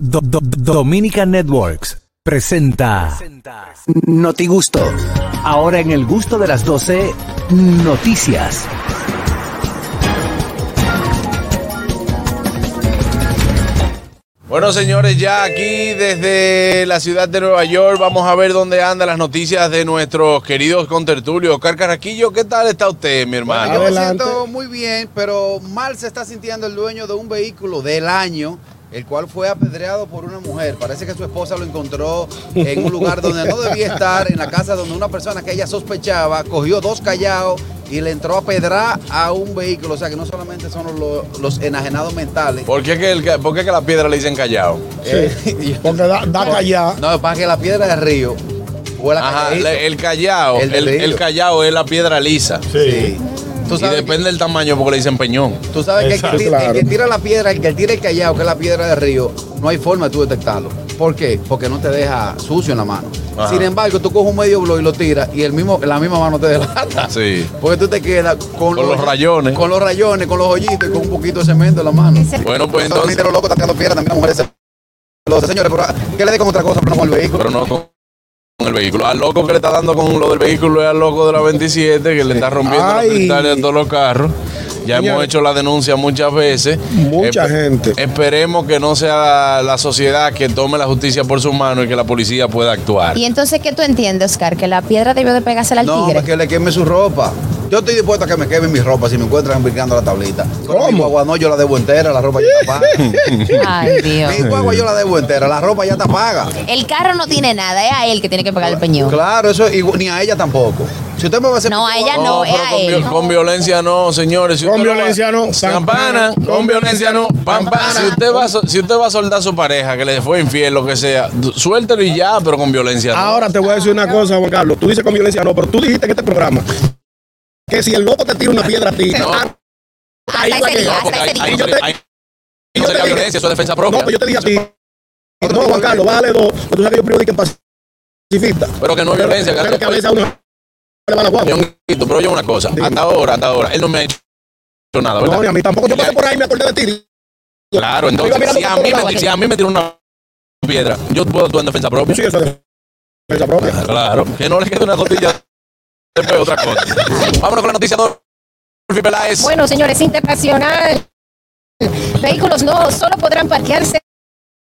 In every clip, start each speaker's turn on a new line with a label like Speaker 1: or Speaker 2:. Speaker 1: Do- Do- Do- Dominica Networks presenta Noti Gusto. Ahora en el gusto de las 12, noticias.
Speaker 2: Bueno, señores, ya aquí desde la ciudad de Nueva York vamos a ver dónde andan las noticias de nuestros queridos contertulios. Oscar Carraquillo, ¿qué tal está usted, mi hermano?
Speaker 3: Yo me
Speaker 4: Ah, Adelante.
Speaker 3: siento muy bien, pero mal se está sintiendo el dueño de un vehículo del año, el cual fue apedreado por una mujer. Parece que su esposa lo encontró en un lugar donde no debía estar, en la casa donde una persona que ella sospechaba cogió dos callados y le entró a pedrar a un vehículo. O sea que no solamente son los- los, los enajenados mentales.
Speaker 2: ¿Por qué, que el ca- por qué que la piedra le dicen callado?
Speaker 3: Eh,
Speaker 4: Porque da, da callada.
Speaker 3: no, para que la piedra del río. fue la
Speaker 2: Ajá,
Speaker 3: calladito.
Speaker 2: le- el callao,
Speaker 3: El
Speaker 2: el,
Speaker 3: de Leído.
Speaker 2: el callao es la piedra lisa.
Speaker 3: Sí. Tú
Speaker 2: Y
Speaker 3: sabes que-
Speaker 2: depende del tamaño porque le dicen peñón.
Speaker 3: Tú sabes que el que,
Speaker 4: Exacto.
Speaker 3: ti- el que
Speaker 4: Claro.
Speaker 3: tira la piedra, el que tira el callao, que es la piedra del río, no hay forma de tú detectarlo. ¿Por qué? Porque no te deja sucio en la mano.
Speaker 2: Ajá.
Speaker 3: Sin embargo, tú coges un medio blow y lo tiras y el mismo, la misma mano te delata.
Speaker 2: Sí.
Speaker 3: Porque tú te quedas con,
Speaker 2: Con los rayones.
Speaker 3: Con los rayones, con los hoyitos y con un poquito de cemento en la mano.
Speaker 2: Bueno, pues
Speaker 3: Son
Speaker 2: entonces,
Speaker 3: los locos tanteando piedra, también las mujeres se- Los señores, pero, ¿qué le dé con otra cosa? Pero no con el vehículo.
Speaker 2: pero no con con el vehículo. Al loco que le está dando con lo del vehículo es al loco de la 27 que le está rompiendo
Speaker 4: Ay.
Speaker 2: los cristales de todos los carros. Ya hemos
Speaker 4: Señores.
Speaker 2: hecho la denuncia muchas veces.
Speaker 4: Mucha gente.
Speaker 2: Esperemos que no sea la sociedad que tome la justicia por sus manos y que la policía pueda actuar.
Speaker 5: Y entonces, ¿qué tú entiendes, Oscar? Que la piedra debió de pegársela al
Speaker 3: No,
Speaker 5: tigre.
Speaker 3: que le queme su ropa. Yo estoy dispuesto a que me quemen mi ropa si me encuentran brincando la tablita. Pero Mi
Speaker 4: ¿Cómo?
Speaker 3: guagua no, yo la debo entera, la ropa ya está paga.
Speaker 5: Ay, Dios.
Speaker 3: mi guagua yo la debo entera, la ropa ya está paga.
Speaker 5: El carro no tiene nada, es a él que tiene que pegar el peñón.
Speaker 3: Claro, eso y- ni a ella tampoco. Si usted me va a hacer
Speaker 5: No, a ella
Speaker 2: No,
Speaker 5: no, eh, es
Speaker 2: pero
Speaker 5: a
Speaker 2: con, vi-
Speaker 5: él.
Speaker 2: con violencia no, señores. Si
Speaker 4: Con
Speaker 2: usted lo va-
Speaker 4: violencia no,
Speaker 2: Campana.
Speaker 4: campana.
Speaker 2: Con violencia no. Pampana. Si usted, va a, so- si usted va a soldar a su pareja que le fue infiel, lo que sea, d- suéltelo y ya, pero con violencia no.
Speaker 4: Ahora te voy a decir una cosa, Juan Carlos. Tú dices con violencia no, pero tú dijiste en este programa que si el loco te tira una piedra a ti,
Speaker 2: No.
Speaker 4: ah, ahí
Speaker 5: Hasta
Speaker 4: va a
Speaker 5: ese día,
Speaker 4: llegar.
Speaker 2: Porque
Speaker 5: hasta
Speaker 2: ahí-
Speaker 5: ese día.
Speaker 2: ahí
Speaker 4: Y yo
Speaker 2: Ah, no sería-
Speaker 4: te-
Speaker 2: ahí
Speaker 4: y
Speaker 2: no
Speaker 4: yo
Speaker 2: sería
Speaker 4: te dije-
Speaker 2: violencia, eso es defensa
Speaker 4: No,
Speaker 2: propia.
Speaker 4: pero yo te dije a ti. No, Juan Carlos, vale dos. Pero Tú sabes que yo periódico en pacifista.
Speaker 2: Pero que no hay violencia, que-
Speaker 4: Pero que a veces a uno le va la guagua.
Speaker 2: Ñonguito, Pero yo una cosa,
Speaker 4: Dime.
Speaker 2: hasta ahora, hasta ahora, él no me ha hecho nada, ¿verdad?
Speaker 4: No, ni a mí tampoco. Yo pasé por ahí y me acordé de ti.
Speaker 2: Claro, entonces,
Speaker 4: Iba mirando
Speaker 2: si a,
Speaker 4: por todos
Speaker 2: mí me,
Speaker 4: lados.
Speaker 2: si a mí me tiró una piedra, yo puedo actuar en defensa propia.
Speaker 4: Sí, eso es defensa propia.
Speaker 2: Claro, que no le quede una tortilla después otra cosa. Vámonos con la noticia, Dolphy Peláez.
Speaker 6: Bueno, señores, internacional. Vehículos no solo podrán parquearse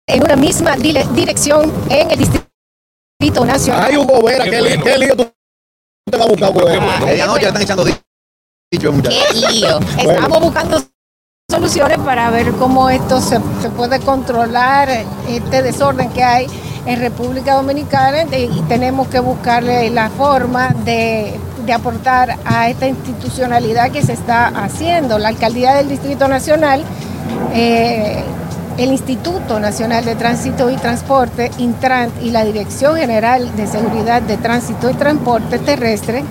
Speaker 6: en una misma dile- dirección en el Distrito Nacional.
Speaker 4: Ay, Hugo Vera,
Speaker 2: Qué
Speaker 4: qué, li-
Speaker 2: bueno.
Speaker 4: qué lío tú te vas a buscar, Hugo Vera.
Speaker 3: Ella no, ya le están echando di- dicho muchachos.
Speaker 5: Qué lío.
Speaker 6: Estamos buscando soluciones para ver cómo esto se, se puede controlar, este desorden que hay en República Dominicana de- y tenemos que buscarle la forma de, de aportar a esta institucionalidad que se está haciendo. La alcaldía del Distrito Nacional eh, el Instituto Nacional de Tránsito y Transporte, Intran, y la Dirección General de Seguridad de Tránsito y Transporte Terrestre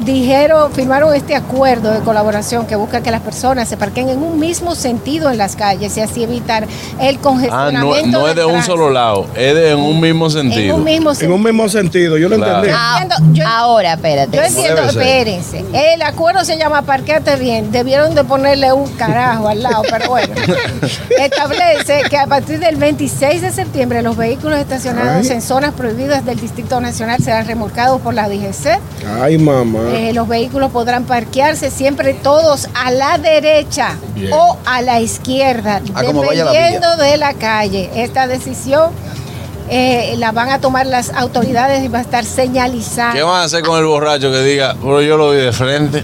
Speaker 6: dijeron, firmaron este acuerdo de colaboración que busca que las personas se parquen en un mismo sentido en las calles y así evitar el
Speaker 2: Ah,
Speaker 6: congestionamiento.
Speaker 2: no, no es de
Speaker 6: del
Speaker 2: un
Speaker 6: tránsito.
Speaker 2: solo lado, es de en un mismo
Speaker 6: En
Speaker 2: sentido.
Speaker 6: un mismo
Speaker 4: En
Speaker 6: sentido.
Speaker 4: un mismo sentido, yo lo
Speaker 2: Claro.
Speaker 4: entendí.
Speaker 5: Ah,
Speaker 6: entiendo, yo-
Speaker 5: ahora, espérate.
Speaker 6: Yo entiendo,
Speaker 3: debe ser.
Speaker 6: espérense. El acuerdo se llama Parqueate Bien. Debieron de ponerle un carajo al lado, pero bueno. Establece que a partir del 26 de septiembre los vehículos estacionados
Speaker 4: Ay.
Speaker 6: en zonas prohibidas del Distrito Nacional serán remolcados por la DGC.
Speaker 4: Ay, mamá.
Speaker 6: Eh, los vehículos podrán parquearse siempre todos a la derecha
Speaker 4: Bien.
Speaker 6: o a la izquierda,
Speaker 3: Ah, como vaya la villa.
Speaker 6: dependiendo de la calle. Esta decisión eh, la van a tomar las autoridades y va a estar señalizada.
Speaker 2: ¿Qué van a hacer con el borracho que diga, pero yo lo vi de frente?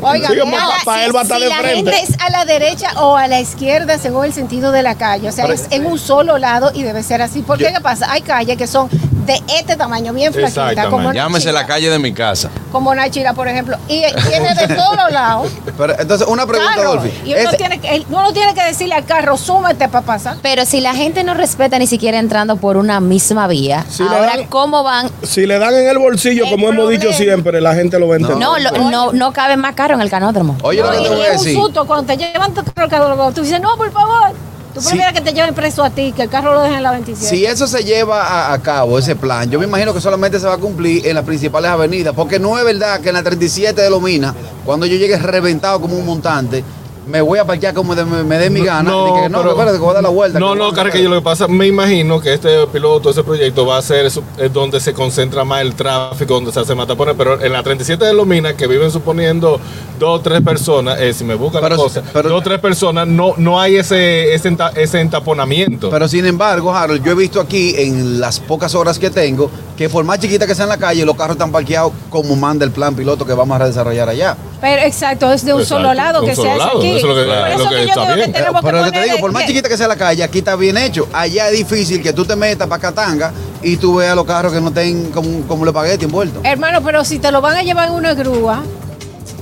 Speaker 6: Oiga,
Speaker 4: Sí,
Speaker 6: mira,
Speaker 4: papá,
Speaker 6: si-
Speaker 4: para él va a estar
Speaker 6: si
Speaker 4: de
Speaker 6: la
Speaker 4: frente.
Speaker 6: gente es a la derecha o a la izquierda según el sentido de la calle, o sea, es en un solo lado y debe ser así. Porque qué pasa? Hay calles que son de este tamaño, bien flaquitas, como
Speaker 2: Llámese la
Speaker 6: Nachira,
Speaker 2: calle de mi casa.
Speaker 6: como Nachira, por ejemplo, y eh, tiene de todos lados.
Speaker 3: Pero entonces, una pregunta,
Speaker 6: Claro,
Speaker 3: Dolphy.
Speaker 6: y uno,
Speaker 3: Ese-
Speaker 6: tiene que, él- uno tiene que decirle al carro, súmete para pasar.
Speaker 5: Pero si la gente no respeta ni siquiera entrando por una misma vía,
Speaker 4: Si le
Speaker 5: ahora
Speaker 4: dan-
Speaker 5: cómo van.
Speaker 4: Si le dan en el bolsillo,
Speaker 6: El
Speaker 4: como hemos
Speaker 6: problema-
Speaker 4: dicho siempre, la gente lo va a entender.
Speaker 5: No, lo- no, no cabe más caro en el canódromo.
Speaker 3: Oye, lo que
Speaker 6: No,
Speaker 3: te
Speaker 6: y
Speaker 3: voy a
Speaker 6: es
Speaker 3: decir.
Speaker 6: un susto cuando te llevan tu carro al carro, tú dices, no, por favor. Tú
Speaker 3: Sí.
Speaker 6: prefieres que te lleven preso a ti, que el carro lo dejen en la 27.
Speaker 3: Si eso se lleva a, a cabo, ese plan, yo me imagino que solamente se va a cumplir en las principales avenidas, porque no es verdad que en la 37 de Lomina, cuando yo llegue reventado como un montante, me voy a parquear como de- me, me dé mi gana. No, que, no
Speaker 7: pero-
Speaker 3: espérate, que voy a dar la vuelta.
Speaker 7: No,
Speaker 3: que-
Speaker 7: no, Carraquillo, lo que pasa, me imagino que este piloto, ese proyecto va a ser su- es donde se concentra más el tráfico, donde se hace más tapones, pero en la 37 de Lomina, que viven suponiendo dos o tres personas, eh, si me buscan la
Speaker 3: Pero-
Speaker 7: cosa,
Speaker 3: pero-
Speaker 7: dos o tres personas, no, no hay ese, ese, enta- ese entaponamiento.
Speaker 3: Pero sin embargo, Harold, yo he visto aquí en las pocas horas que tengo que por más chiquita que sea en la calle, los carros están parqueados como manda el plan piloto que vamos a desarrollar allá.
Speaker 6: Pero exacto, es de un
Speaker 7: Exacto,
Speaker 6: solo lado
Speaker 7: de un
Speaker 6: que se
Speaker 7: solo
Speaker 6: hace
Speaker 7: lado,
Speaker 6: aquí.
Speaker 7: eso es lo que-
Speaker 6: Por
Speaker 7: lo que
Speaker 6: eso que yo
Speaker 7: está
Speaker 6: digo que
Speaker 7: bien.
Speaker 6: tenemos
Speaker 3: Pero
Speaker 6: que
Speaker 3: que te
Speaker 6: poner
Speaker 3: digo, por más
Speaker 6: que-
Speaker 3: chiquita que sea la calle, aquí está bien hecho. Allá es difícil que tú te metas para Catanga y tú veas los carros que no estén como, como los espagueti envueltos.
Speaker 6: Hermano, pero si te lo van a llevar en una grúa,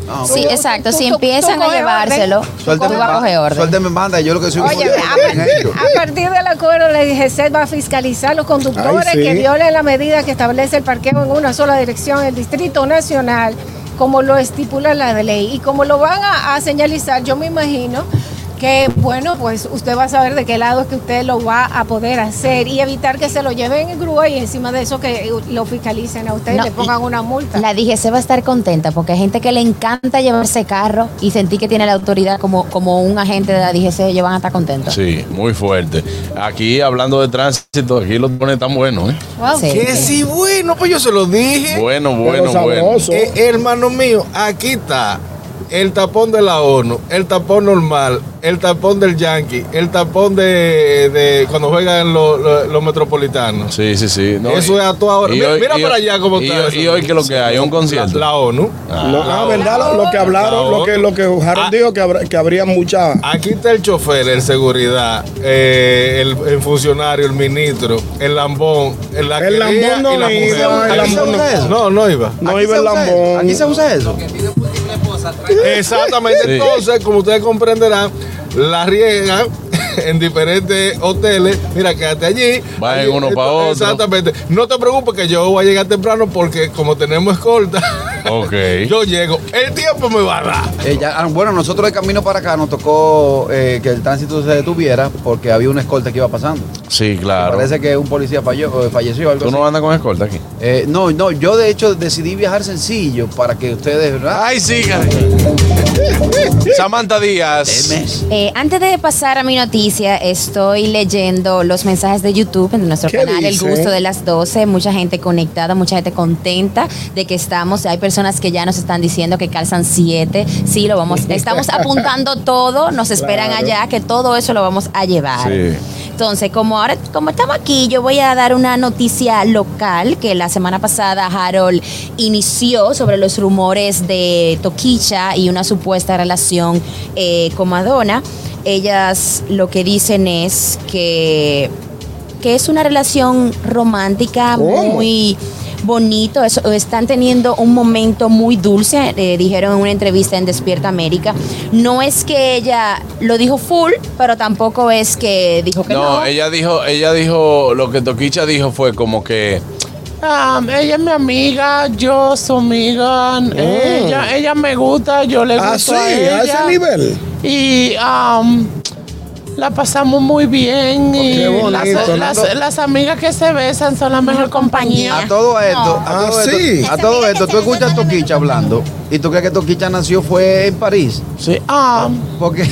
Speaker 3: No,
Speaker 5: Sí,
Speaker 6: Tú-
Speaker 5: exacto.
Speaker 6: tú-
Speaker 5: Si
Speaker 6: tú-
Speaker 5: empiezan
Speaker 6: tú
Speaker 5: a
Speaker 6: coges
Speaker 5: llevárselo,
Speaker 6: orden.
Speaker 5: tú
Speaker 3: suélteme
Speaker 5: vas
Speaker 3: en
Speaker 5: a coger
Speaker 3: banda,
Speaker 5: orden.
Speaker 3: suélteme en banda, yo lo que soy
Speaker 6: Oye, ah, pues,
Speaker 3: muy-
Speaker 6: a,
Speaker 3: bien hecho.
Speaker 6: par- a partir del acuerdo, la DGC va a fiscalizar los conductores
Speaker 4: Ay, sí.
Speaker 6: que violen la medida que establece el parqueo en una sola dirección en el Distrito Nacional, como lo estipula la ley. Y como lo van a, a señalizar, yo me imagino que, bueno, pues usted va a saber de qué lado es que usted lo va a poder hacer y evitar que se lo lleven en grúa y encima de eso que eh, lo fiscalicen a usted
Speaker 5: No,
Speaker 6: y le pongan una multa.
Speaker 5: La DGC va a estar contenta porque hay gente que le encanta llevarse carro y sentir que tiene la autoridad como, como un agente de la DGC, ellos van a estar contentos.
Speaker 2: Sí, muy fuerte. Aquí hablando de tránsito, aquí los pone tan buenos, ¿eh?
Speaker 6: Wow.
Speaker 5: Sí.
Speaker 8: Que sí, bueno, pues yo se lo dije.
Speaker 2: Bueno,
Speaker 4: Pero
Speaker 2: bueno, bueno.
Speaker 4: sabroso.
Speaker 7: Eh, hermano mío, aquí está. El tapón de la ONU, el tapón normal, el tapón del Yankee, el tapón de, de cuando juegan los los- los metropolitanos.
Speaker 2: Sí, sí, sí. No,
Speaker 7: Eso
Speaker 2: y-
Speaker 7: es a toda hora.
Speaker 2: Eh, y
Speaker 7: Mira,
Speaker 2: hoy-
Speaker 7: mira
Speaker 2: y-
Speaker 7: para allá cómo
Speaker 2: y
Speaker 7: está.
Speaker 2: hoy-
Speaker 7: eso.
Speaker 2: Y hoy que lo que hay, un concierto.
Speaker 7: La, la ONU.
Speaker 4: Lo- ah, ¿verdad? Lo, lo que hablaron, lo que, lo que Harold
Speaker 7: Ah.
Speaker 4: dijo, que, habrá- que habría mucha.
Speaker 7: Aquí está el chofer, el seguridad, eh, el, el funcionario, el ministro, el lambón, el la
Speaker 4: El
Speaker 7: querida
Speaker 4: lambón no
Speaker 7: y la
Speaker 4: le
Speaker 7: mujer.
Speaker 4: iba,
Speaker 3: el
Speaker 7: Aquí se
Speaker 3: lambón no.
Speaker 7: usa eso. No, no iba.
Speaker 4: No
Speaker 3: Aquí
Speaker 4: iba
Speaker 3: se
Speaker 4: el
Speaker 3: usa eso,
Speaker 4: lambón.
Speaker 3: Aquí se usa eso.
Speaker 7: Exactamente.
Speaker 2: Sí.
Speaker 7: Entonces, como ustedes comprenderán, la riegan en diferentes hoteles. Mira, quédate allí.
Speaker 2: Van
Speaker 7: Allí,
Speaker 2: uno pa' otro.
Speaker 7: Exactamente. No te preocupes que yo voy a llegar temprano porque como tenemos escolta,
Speaker 2: Ok.
Speaker 7: yo llego. El tiempo me va a dar.
Speaker 3: Eh, ya, ah, bueno, nosotros de camino para acá nos tocó eh, que el tránsito se detuviera porque había una escolta que iba pasando.
Speaker 2: Sí, claro.
Speaker 3: Parece que un policía falleció, falleció algo
Speaker 2: Tú no andas con escolta aquí.
Speaker 3: así. Eh, no, no, yo de hecho decidí viajar sencillo para que ustedes... ¿verdad?
Speaker 2: Ay, sí, Samantha Díaz.
Speaker 3: Temes.
Speaker 5: Eh, antes de pasar a mi noticia, estoy leyendo los mensajes de YouTube en nuestro
Speaker 4: ¿Qué
Speaker 5: canal
Speaker 4: dice?
Speaker 5: El Gusto de las 12. Mucha gente conectada, mucha gente contenta de que estamos. Hay personas que ya nos están diciendo que calzan 7. Sí, lo vamos. Estamos apuntando todo. Nos esperan
Speaker 4: Claro.
Speaker 5: allá que todo eso lo vamos a llevar.
Speaker 2: Sí.
Speaker 5: Entonces, como ahora, como estamos aquí, yo voy a dar una noticia local que la semana pasada Harold inició sobre los rumores de Toquicha y una supuesta relación eh, con Madonna. Ellas lo que dicen es que, que es una relación romántica
Speaker 4: ¿Cómo?
Speaker 5: muy bonito, es- están teniendo un momento muy dulce, eh, dijeron en una entrevista en Despierta América. No es que ella lo dijo full, pero tampoco es que dijo que no.
Speaker 2: No, ella dijo, ella dijo, lo que Toquicha dijo fue como que. "Ah, ella es mi amiga, yo su amiga,
Speaker 7: Mm.
Speaker 2: ella, ella me gusta, yo le gusto
Speaker 4: Así,
Speaker 2: a
Speaker 4: a ese
Speaker 2: ella".
Speaker 4: nivel.
Speaker 2: Y am, mm, la pasamos muy bien.
Speaker 4: Qué bonito,
Speaker 2: las,
Speaker 4: ¿no?
Speaker 2: las- las amigas que se besan son la mejor compañía.
Speaker 3: A todo esto, a
Speaker 4: Ah,
Speaker 3: todo
Speaker 4: sí.
Speaker 3: esto, a todo esto, tú escuchas a Toquicha hablando y tú crees que Toquicha nació fue en París.
Speaker 2: Sí, am.
Speaker 3: Porque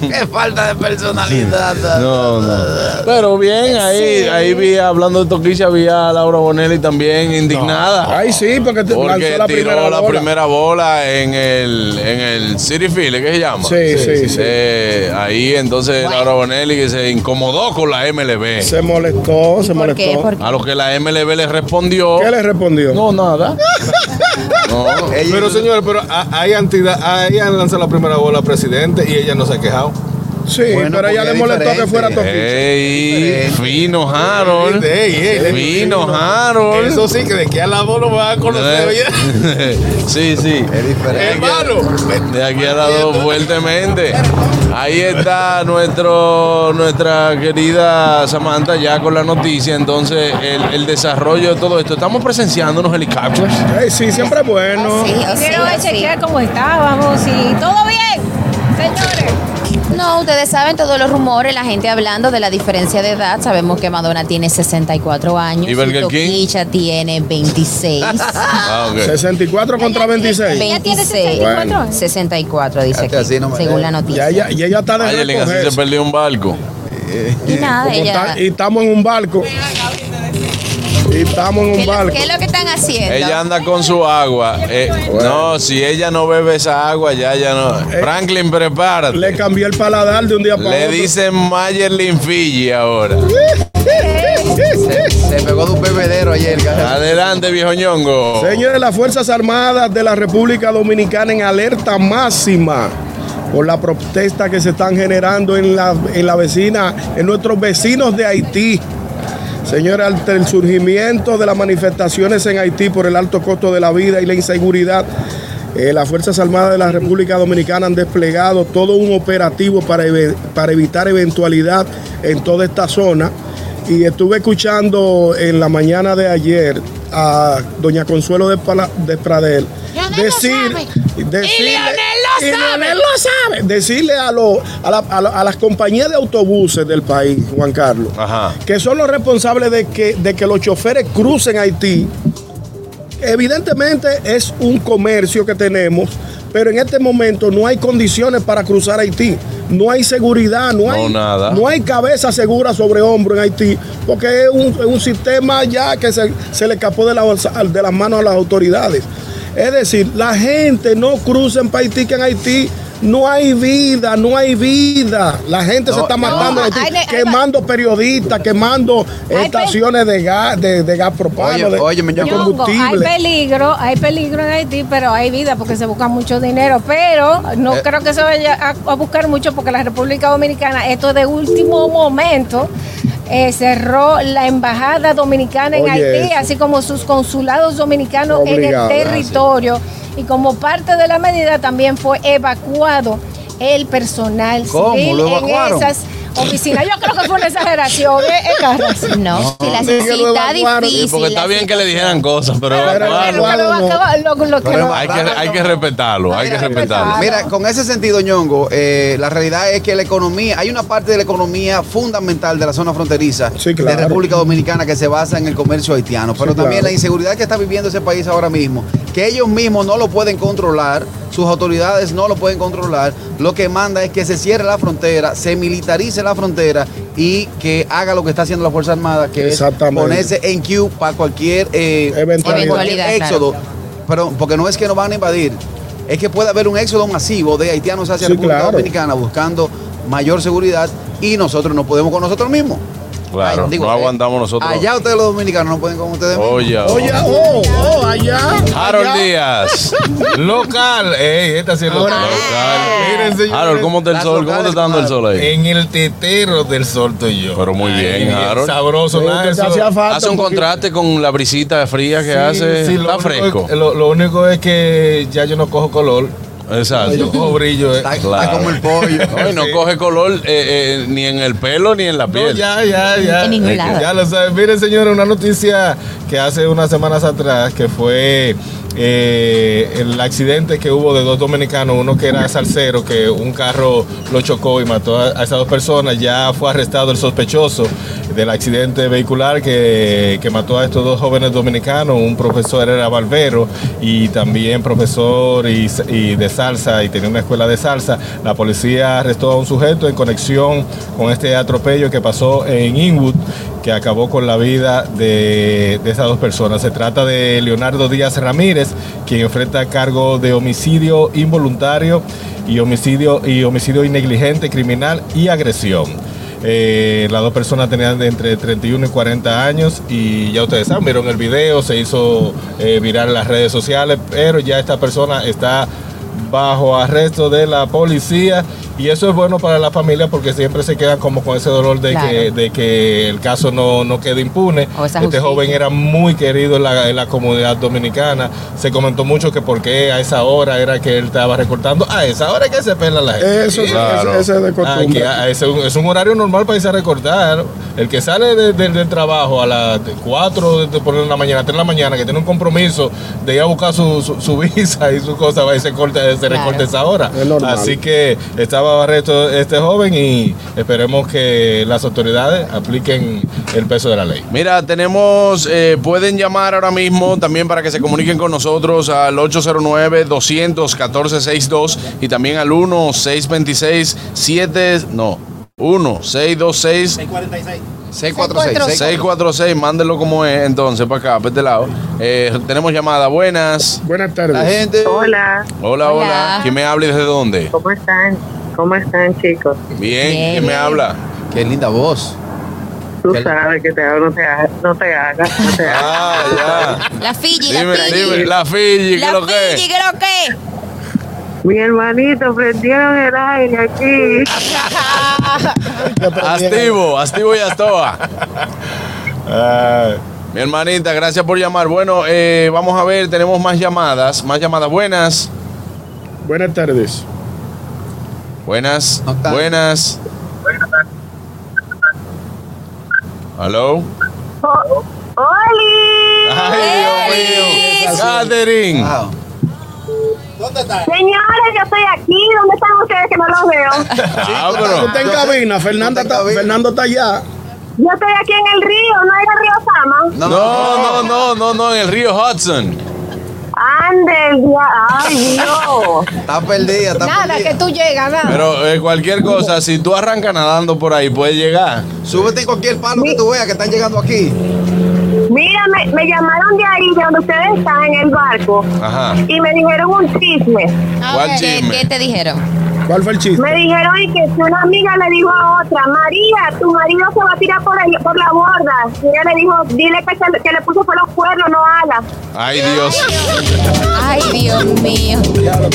Speaker 3: qué falta de personalidad.
Speaker 2: No, no. Pero bien, ahí, ahí vi, hablando de Toquicha, vi a Laura Bonelli también indignada.
Speaker 4: Ay, sí, porque te
Speaker 2: Porque
Speaker 4: lanzó la
Speaker 2: tiró
Speaker 4: primera
Speaker 2: la
Speaker 4: bola.
Speaker 2: primera bola en el, en el City Field, ¿qué se llama?
Speaker 4: Sí, sí, sí.
Speaker 2: Eh, ahí entonces Laura Bonelli que se incomodó con la MLB.
Speaker 4: Se molestó, se
Speaker 5: ¿Por
Speaker 4: molestó.
Speaker 5: qué? ¿Por qué?
Speaker 2: A lo que la MLB le respondió.
Speaker 4: ¿Qué le respondió?
Speaker 2: No, nada. no.
Speaker 7: Pero señores, pero a- hay entidad, a ella han lanzado la primera bola al presidente y ella no se ha quejado.
Speaker 4: Sí,
Speaker 3: Bueno,
Speaker 4: pero ella
Speaker 3: porque
Speaker 4: le
Speaker 3: es
Speaker 4: molestó que
Speaker 3: diferente.
Speaker 4: fuera Toquicha.
Speaker 2: Ey, fino Harold.
Speaker 7: Ey, ey, ey,
Speaker 2: fino Harold.
Speaker 7: Eso sí, que de que a la bola va a
Speaker 2: Eh.
Speaker 7: conocer. oye.
Speaker 2: sí, sí.
Speaker 3: Es diferente.
Speaker 7: Hermano,
Speaker 2: De aquí a las dos fuertemente. Ahí está nuestro, nuestra querida Samantha ya con la noticia. Entonces, el, el desarrollo de todo esto. Estamos presenciando unos helicópteros.
Speaker 4: Ay, sí, siempre es bueno.
Speaker 5: Ah, Sí, o sí,
Speaker 6: Quiero
Speaker 5: o sí.
Speaker 6: chequear cómo estábamos y todo bien, señores.
Speaker 5: No, ustedes saben todos los rumores, la gente hablando de la diferencia de edad. Sabemos que Madonna tiene 64 años.
Speaker 2: ¿Y Burger King?
Speaker 5: Toquicha tiene 26.
Speaker 2: Ah, ok.
Speaker 4: 64 contra 26.
Speaker 5: Ella tiene 64
Speaker 6: años.
Speaker 5: 64, dice
Speaker 3: Fíjate,
Speaker 5: aquí,
Speaker 3: así no me-
Speaker 5: según la noticia.
Speaker 4: Ya ella, ya ella está de
Speaker 2: Eh. Ay, Yelin, así se
Speaker 4: recogerse.
Speaker 2: perdió un barco.
Speaker 5: y nada,
Speaker 4: Como
Speaker 5: ella...
Speaker 4: está- y estamos en un barco. Y estamos en
Speaker 5: ¿Qué,
Speaker 4: un
Speaker 5: lo-
Speaker 4: barco.
Speaker 5: qué es lo que están haciendo?
Speaker 2: Ella anda con su agua. Eh, No, si ella no bebe esa agua, ya, ya no. Franklin, prepárate.
Speaker 4: Eh. Le cambió el paladar de un día para
Speaker 2: Le
Speaker 4: otro.
Speaker 2: dicen Mayerlin Fiji ahora.
Speaker 3: Se pegó de un bebedero ayer. cara.
Speaker 2: Adelante, viejo ñongo.
Speaker 4: Señores, las Fuerzas Armadas de la República Dominicana en alerta máxima por las protestas que se están generando en la, en la vecina, en nuestros vecinos de Haití. Señora, ante el surgimiento de las manifestaciones en Haití por el alto costo de la vida y la inseguridad, eh, las Fuerzas Armadas de la República Dominicana han desplegado todo un operativo para, eve- para evitar eventualidad en toda esta zona. Y estuve escuchando en la mañana de ayer a doña Consuelo de, Pala- de Pradel decir, decirle, y Leonel lo sabe, decirle a, lo- a la- a la- a las compañías de autobuses del país, Juan Carlos,
Speaker 2: Ajá.
Speaker 4: que son los responsables de que, de que los choferes crucen Haití. Evidentemente es un comercio que tenemos, pero en este momento no hay condiciones para cruzar Haití. No hay seguridad, no hay,
Speaker 2: No, nada.
Speaker 4: no hay cabeza segura sobre hombro en Haití, porque es un, es un sistema ya que se, se le escapó de, la, bolsa- de las manos a las autoridades. Es decir, la gente no cruza en Haití, que en Haití no hay vida, no hay vida. La gente se
Speaker 3: No,
Speaker 4: está
Speaker 3: no,
Speaker 4: matando en Haití,
Speaker 6: hay- hay-
Speaker 4: quemando periodistas, quemando
Speaker 6: Hay
Speaker 4: estaciones de gas, de, de gas propano,
Speaker 3: Oye,
Speaker 4: de,
Speaker 3: oye, me
Speaker 4: de
Speaker 3: llamo-
Speaker 6: Ñongo, hay
Speaker 4: combustible.
Speaker 6: peligro, hay peligro en Haití, pero hay vida porque se busca mucho dinero. Pero no
Speaker 3: Eh.
Speaker 6: creo que se vaya a, a buscar mucho porque la República Dominicana, esto de último momento, eh, cerró la embajada dominicana en
Speaker 4: Oye,
Speaker 6: Haití,
Speaker 4: eso.
Speaker 6: así como sus consulados dominicanos
Speaker 4: Obligado,
Speaker 6: en el
Speaker 4: gracias.
Speaker 6: territorio. Y como parte de la medida también fue evacuado el personal
Speaker 3: ¿Cómo?
Speaker 6: civil
Speaker 3: ¿Lo
Speaker 6: en
Speaker 3: evacuaron?
Speaker 6: esas oficinas. Yo creo que fue una exageración, ¿eh, eh, Carlos?
Speaker 5: No, si la
Speaker 4: Sí, que lo
Speaker 5: está
Speaker 4: evacuaron.
Speaker 5: difícil.
Speaker 2: Sí, porque está
Speaker 5: la
Speaker 2: bien que le dijeran cosas, pero
Speaker 4: Pero-
Speaker 2: claro,
Speaker 4: Eduardo,
Speaker 6: Pero
Speaker 4: no.
Speaker 6: acaba- lo- lo que
Speaker 3: Pero
Speaker 6: no-
Speaker 2: hay que, hay que respetarlo, hay que respetarlo.
Speaker 3: Mira, con ese sentido, Ñongo, eh, la realidad es que la economía, hay una parte de la economía fundamental de la zona fronteriza
Speaker 4: Sí, claro.
Speaker 3: de República Dominicana que se basa en el comercio haitiano, pero
Speaker 4: Sí,
Speaker 3: también
Speaker 4: claro.
Speaker 3: la inseguridad que está viviendo ese país ahora mismo, que ellos mismos no lo pueden controlar, sus autoridades no lo pueden controlar, lo que manda es que se cierre la frontera, se militarice la frontera y que haga lo que está haciendo la Fuerza Armada, que es
Speaker 4: Exactamente.
Speaker 3: ponerse en queue para cualquier eh,
Speaker 4: Eventualidad.
Speaker 3: cualquier
Speaker 5: Eventualidad,
Speaker 3: éxodo. Perdón, porque no es que nos van a invadir, es que puede haber un éxodo masivo de haitianos hacia
Speaker 4: Sí,
Speaker 3: República
Speaker 4: claro.
Speaker 3: Dominicana buscando mayor seguridad y nosotros no podemos con nosotros mismos.
Speaker 2: Claro,
Speaker 3: Ay, digo,
Speaker 2: no
Speaker 3: eh,
Speaker 2: aguantamos nosotros.
Speaker 3: Allá ustedes los dominicanos no pueden con ustedes mismos.
Speaker 2: Oye,
Speaker 4: Oye,
Speaker 2: oye.
Speaker 4: oh, oh, allá.
Speaker 2: Harold
Speaker 4: allá.
Speaker 2: Díaz.
Speaker 7: Local, ey, está haciendo
Speaker 4: Ahora-
Speaker 7: local. Miren,
Speaker 2: Harold, ¿cómo está el
Speaker 3: Las
Speaker 2: sol? ¿Cómo te está dando el sol ahí?
Speaker 7: En el tetero del sol estoy yo.
Speaker 2: Pero muy bien, Harold.
Speaker 7: Sabroso,
Speaker 4: Sí,
Speaker 7: nada,
Speaker 4: que te
Speaker 7: eso-
Speaker 4: hacía falta
Speaker 2: Hace un
Speaker 4: poquito.
Speaker 2: contraste con la brisita fría que
Speaker 7: Sí,
Speaker 2: hace.
Speaker 7: sí, lo
Speaker 2: está
Speaker 7: único
Speaker 2: fresco.
Speaker 7: es- lo, lo único es que ya yo no cojo color, yo
Speaker 2: Exacto.
Speaker 7: cojo brillo. eh.
Speaker 3: Está, está
Speaker 2: Claro.
Speaker 3: como el pollo.
Speaker 2: No, y no
Speaker 7: Sí.
Speaker 2: coge color eh, eh, ni en el pelo ni en la
Speaker 7: No,
Speaker 2: piel.
Speaker 7: ya, ya, ya.
Speaker 5: En ningún
Speaker 7: Eh,
Speaker 5: lado.
Speaker 7: Ya lo saben. Miren, señores, una noticia que hace unas semanas atrás, que fue eh, el accidente que hubo de dos dominicanos, uno que era salsero, que un carro lo chocó y mató a, a esas dos personas. Ya fue arrestado el sospechoso del accidente vehicular que, que mató a estos dos jóvenes dominicanos. Un profesor era barbero y también profesor y, y de salsa y tenía una escuela de salsa. La policía arrestó a un sujeto en conexión con este atropello que pasó en Inwood que acabó con la vida de, de esas dos personas. Se trata de Leonardo Díaz Ramírez, quien enfrenta cargo de homicidio involuntario y homicidio y homicidio innegligente, criminal y agresión. Eh, las dos personas tenían de entre 31 y 40 años y ya ustedes saben, vieron el video, se hizo eh, viral en las redes sociales, pero ya esta persona está bajo arresto de la policía y eso es bueno para la familia porque siempre se queda como con ese dolor de,
Speaker 5: Claro.
Speaker 7: que, de que el caso no, no quede impune.
Speaker 5: O
Speaker 7: Este
Speaker 5: esa justicia.
Speaker 7: joven era muy querido en la, en la comunidad dominicana. Se comentó mucho que por qué a esa hora era que él estaba recortando. A esa hora que se pela la gente.
Speaker 4: Eso,
Speaker 2: Claro.
Speaker 4: eso, eso es de costumbre.
Speaker 7: Ah, que, ah, es, un, es un horario normal para irse a recordar. El que sale de- de- del trabajo a las 4 de, por la mañana, 3 de la mañana, que tiene un compromiso de ir a buscar su, su- su visa y su cosa, va y se, corta, se
Speaker 5: Claro.
Speaker 7: recorta esa hora.
Speaker 4: Es normal.
Speaker 7: Así que estaba va a barrer esto- este joven y esperemos que las autoridades apliquen el peso de la ley.
Speaker 2: Mira, tenemos, eh, pueden llamar ahora mismo también para que se comuniquen con nosotros al 809-200-1462 y también al 1-626-7, no, 1-626. Oh. 646. 646, mándelo como es entonces para acá, para este lado. Eh, tenemos llamada, buenas.
Speaker 4: Buenas tardes.
Speaker 3: La gente.
Speaker 9: Hola,
Speaker 2: Hola, hola,
Speaker 5: Hola.
Speaker 2: ¿Quién me habla y desde dónde?
Speaker 9: ¿cómo están? ¿Cómo están, chicos?
Speaker 2: Bien,
Speaker 5: Bien,
Speaker 2: ¿quién me
Speaker 5: bien.
Speaker 2: habla?
Speaker 3: Qué linda voz.
Speaker 9: Tú
Speaker 3: ¿Qué-
Speaker 9: sabes que te hablo, no te hagas, no te hagas, no te hagas.
Speaker 2: Ah, ya.
Speaker 5: La Fiji,
Speaker 2: Dime,
Speaker 5: la Fiji.
Speaker 2: dime, la Fiji, ¿qué
Speaker 5: La
Speaker 2: es lo que
Speaker 5: Fiji,
Speaker 2: es?
Speaker 5: ¿qué lo que?
Speaker 9: Mi hermanito, prendieron el aire aquí.
Speaker 2: Activo, activo y astoa.
Speaker 7: Ah.
Speaker 2: Mi hermanita, gracias por llamar. Bueno, eh, vamos a ver, tenemos más llamadas, más llamadas buenas.
Speaker 4: Buenas tardes.
Speaker 2: Buenas,
Speaker 3: No está.
Speaker 2: buenas. Hello.
Speaker 9: Oh, ¡Oli!
Speaker 2: Ay, Dios mío. Catherine.
Speaker 3: Wow.
Speaker 9: Señores, yo estoy aquí. ¿Dónde están ustedes que no los veo?
Speaker 2: Ah,
Speaker 4: Tú
Speaker 2: pero
Speaker 4: estás en
Speaker 3: Yo te-
Speaker 4: cabina, Fernanda
Speaker 3: yo te en
Speaker 4: está-
Speaker 3: cabina.
Speaker 4: Fernando está allá.
Speaker 9: Yo estoy aquí en el río, ¿no era río Sama?
Speaker 2: no, no, no, no, no, en el río Hudson.
Speaker 9: Ande, el día- ay, Dios.
Speaker 3: Está perdida, está
Speaker 6: Nada,
Speaker 3: perdida.
Speaker 6: que tú llegas, nada.
Speaker 2: Pero eh, cualquier cosa, si tú arrancas nadando por ahí, puedes llegar.
Speaker 3: Súbete en cualquier palo que tú veas que están llegando aquí.
Speaker 9: Mira, me, me llamaron de ahí, de donde ustedes están, en el barco,
Speaker 3: Ah.
Speaker 2: Ajá.
Speaker 9: y me dijeron un chisme.
Speaker 5: A
Speaker 2: ¿Cuál
Speaker 5: ver, ¿Qué,
Speaker 2: chisme?
Speaker 5: qué te dijeron?
Speaker 4: ¿Cuál fue el chiste?
Speaker 9: Me dijeron y que si una amiga le dijo a otra, María, tu marido se va a tirar por, ahí- por la borda. Y ella le dijo, dile que, se- que le puso por los cuernos, no alas.
Speaker 2: Ay, Dios.
Speaker 5: Ay, Dios mío.
Speaker 9: ¡No quiero!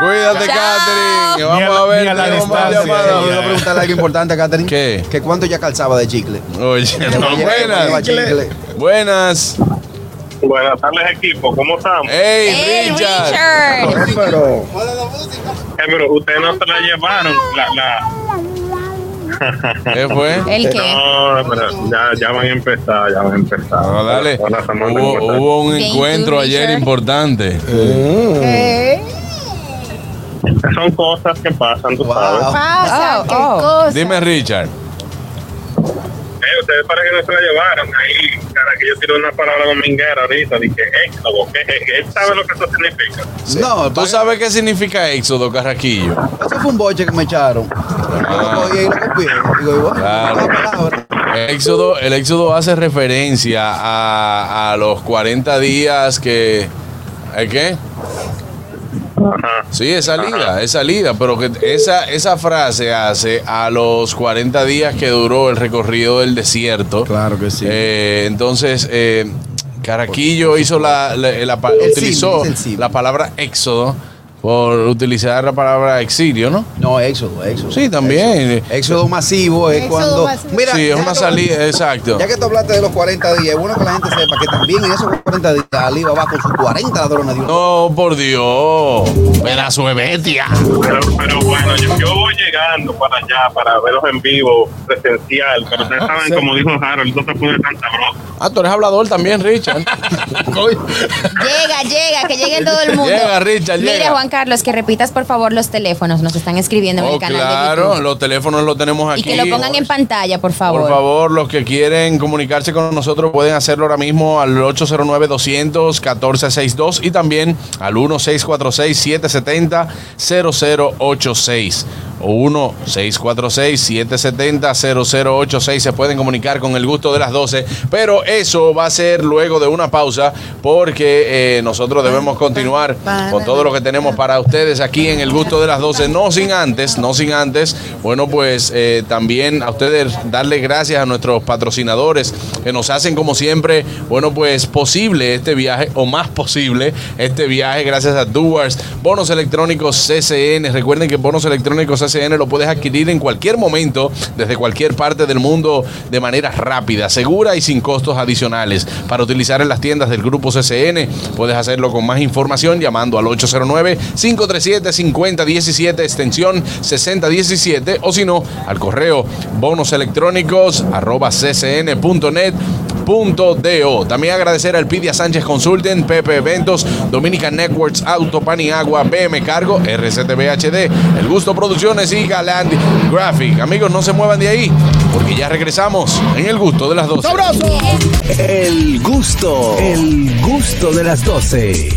Speaker 2: Cuídate,
Speaker 5: Chao.
Speaker 2: Catherine.
Speaker 7: Ni
Speaker 2: Vamos
Speaker 7: a
Speaker 2: a
Speaker 7: la-
Speaker 2: ver.
Speaker 7: ni a la
Speaker 2: tenemos más
Speaker 7: distancia.
Speaker 2: llamadas.
Speaker 3: Voy a preguntarle algo importante a Catherine.
Speaker 2: ¿Qué?
Speaker 3: Que cuánto ya calzaba de chicle.
Speaker 2: Oye, no,
Speaker 3: Oye, lleva
Speaker 2: buenas.
Speaker 3: chicle.
Speaker 2: Buenas.
Speaker 10: Buenas tardes, equipo. ¿Cómo estamos?
Speaker 2: Hey,
Speaker 5: Hey,
Speaker 2: Richard.
Speaker 5: Richard.
Speaker 4: Eh, Pero
Speaker 10: Eh, pero ustedes no se la llevaron. La, la...
Speaker 2: ¿Qué fue?
Speaker 5: ¿El qué?
Speaker 10: No, pero ya, ya van a empezar, ya van a empezar.
Speaker 2: No, Ah, dale.
Speaker 10: Hola, Samantha,
Speaker 2: Hubo,
Speaker 10: ¿cómo estás?
Speaker 2: hubo un
Speaker 5: Thank you,
Speaker 2: encuentro ayer
Speaker 5: Richard.
Speaker 2: importante.
Speaker 6: ¿Qué
Speaker 10: Son cosas que pasan, tú
Speaker 3: Wow.
Speaker 10: sabes.
Speaker 6: pasa?
Speaker 5: Oh,
Speaker 6: ¿Qué
Speaker 5: oh.
Speaker 6: cosa?
Speaker 2: Dime, Richard.
Speaker 10: Eh, ustedes parece que no se la llevaron. Ahí, cara, que yo tiro una palabra dominguera ahorita. Dije, éxodo, que él sabe lo que eso significa.
Speaker 3: No,
Speaker 2: ¿Tú
Speaker 3: tú
Speaker 2: sabes qué significa éxodo, Carraquillo?
Speaker 3: Eso fue un boche que me echaron. Yo lo cogí y lo copié. Digo, y bueno,
Speaker 2: Ah. Claro.
Speaker 3: la palabra.
Speaker 2: Éxodo, el éxodo hace referencia a, a los 40 días que... ¿El qué?
Speaker 10: Ajá.
Speaker 2: Sí, es salida, es salida, pero que esa, esa frase hace a los 40 días que duró el recorrido del desierto.
Speaker 3: Claro que sí.
Speaker 2: Eh, entonces, eh, Caraquillo hizo la, la- la pa-
Speaker 3: El
Speaker 2: utilizó
Speaker 3: símil, es el símil.
Speaker 2: la palabra éxodo por utilizar la palabra exilio, ¿no?
Speaker 3: No, éxodo, éxodo.
Speaker 2: Sí, también.
Speaker 3: Éxodo, Éxodo masivo es
Speaker 6: Éxodo
Speaker 3: cuando.
Speaker 6: masivo.
Speaker 3: Mira,
Speaker 2: sí, es
Speaker 3: ya
Speaker 2: una
Speaker 3: que-
Speaker 2: salida, exacto.
Speaker 3: Ya que tú hablaste de los 40 días, es bueno que la gente sepa que también en esos 40 días Ali va con sus 40 ladrones de un.
Speaker 2: No, por Dios. Pedazo de bestia.
Speaker 10: Pero, pero bueno, yo, yo voy llegando para allá para verlos en vivo, presencial. Pero ustedes saben,
Speaker 4: sí.
Speaker 10: como dijo Harold, no se pone tan sabroso.
Speaker 2: Ah, tú eres hablador también, Richard.
Speaker 5: Llega, llega, que llegue todo el mundo.
Speaker 2: Llega, Richard,
Speaker 5: Mira,
Speaker 2: llega.
Speaker 5: Juan Carlos, que repitas por favor los teléfonos. Nos están escribiendo en
Speaker 2: Oh,
Speaker 5: el canal de
Speaker 2: claro,
Speaker 5: YouTube.
Speaker 2: los teléfonos los tenemos aquí.
Speaker 5: Y que lo pongan en pantalla, por favor.
Speaker 2: Por favor, los que quieren comunicarse con nosotros pueden hacerlo ahora mismo al 809-200-1462 y también al 1646-770-0086 o 1646-770-0086. Se pueden comunicar con el gusto de las 12, pero eso va a ser luego de una pausa porque eh, nosotros debemos continuar con todo lo que tenemos para ustedes aquí en el gusto de las 12. No sin antes, no sin antes, bueno, pues eh, también a ustedes darle gracias a nuestros patrocinadores que nos hacen como siempre, bueno, pues posible este viaje o más posible este viaje gracias a Duars, Bonos Electrónicos CCN. Recuerden que Bonos Electrónicos CCN lo puedes adquirir en cualquier momento desde cualquier parte del mundo de manera rápida, segura y sin costos adicionales. Para utilizar en las tiendas del grupo CCN, puedes hacerlo con más información llamando al 809-537-5017 extensión 6017 o si no al correo bonoselectrónicos arroba ccn.net .do. También agradecer al Pidia Sánchez Consulting, Pepe Eventos, Dominican Networks, Auto Pan y Agua, BM Cargo, RCTV HD, El Gusto Producciones y Galant Graphic. Amigos, no se muevan de ahí, porque ya regresamos en El Gusto de las 12.
Speaker 3: El gusto, el gusto de las 12.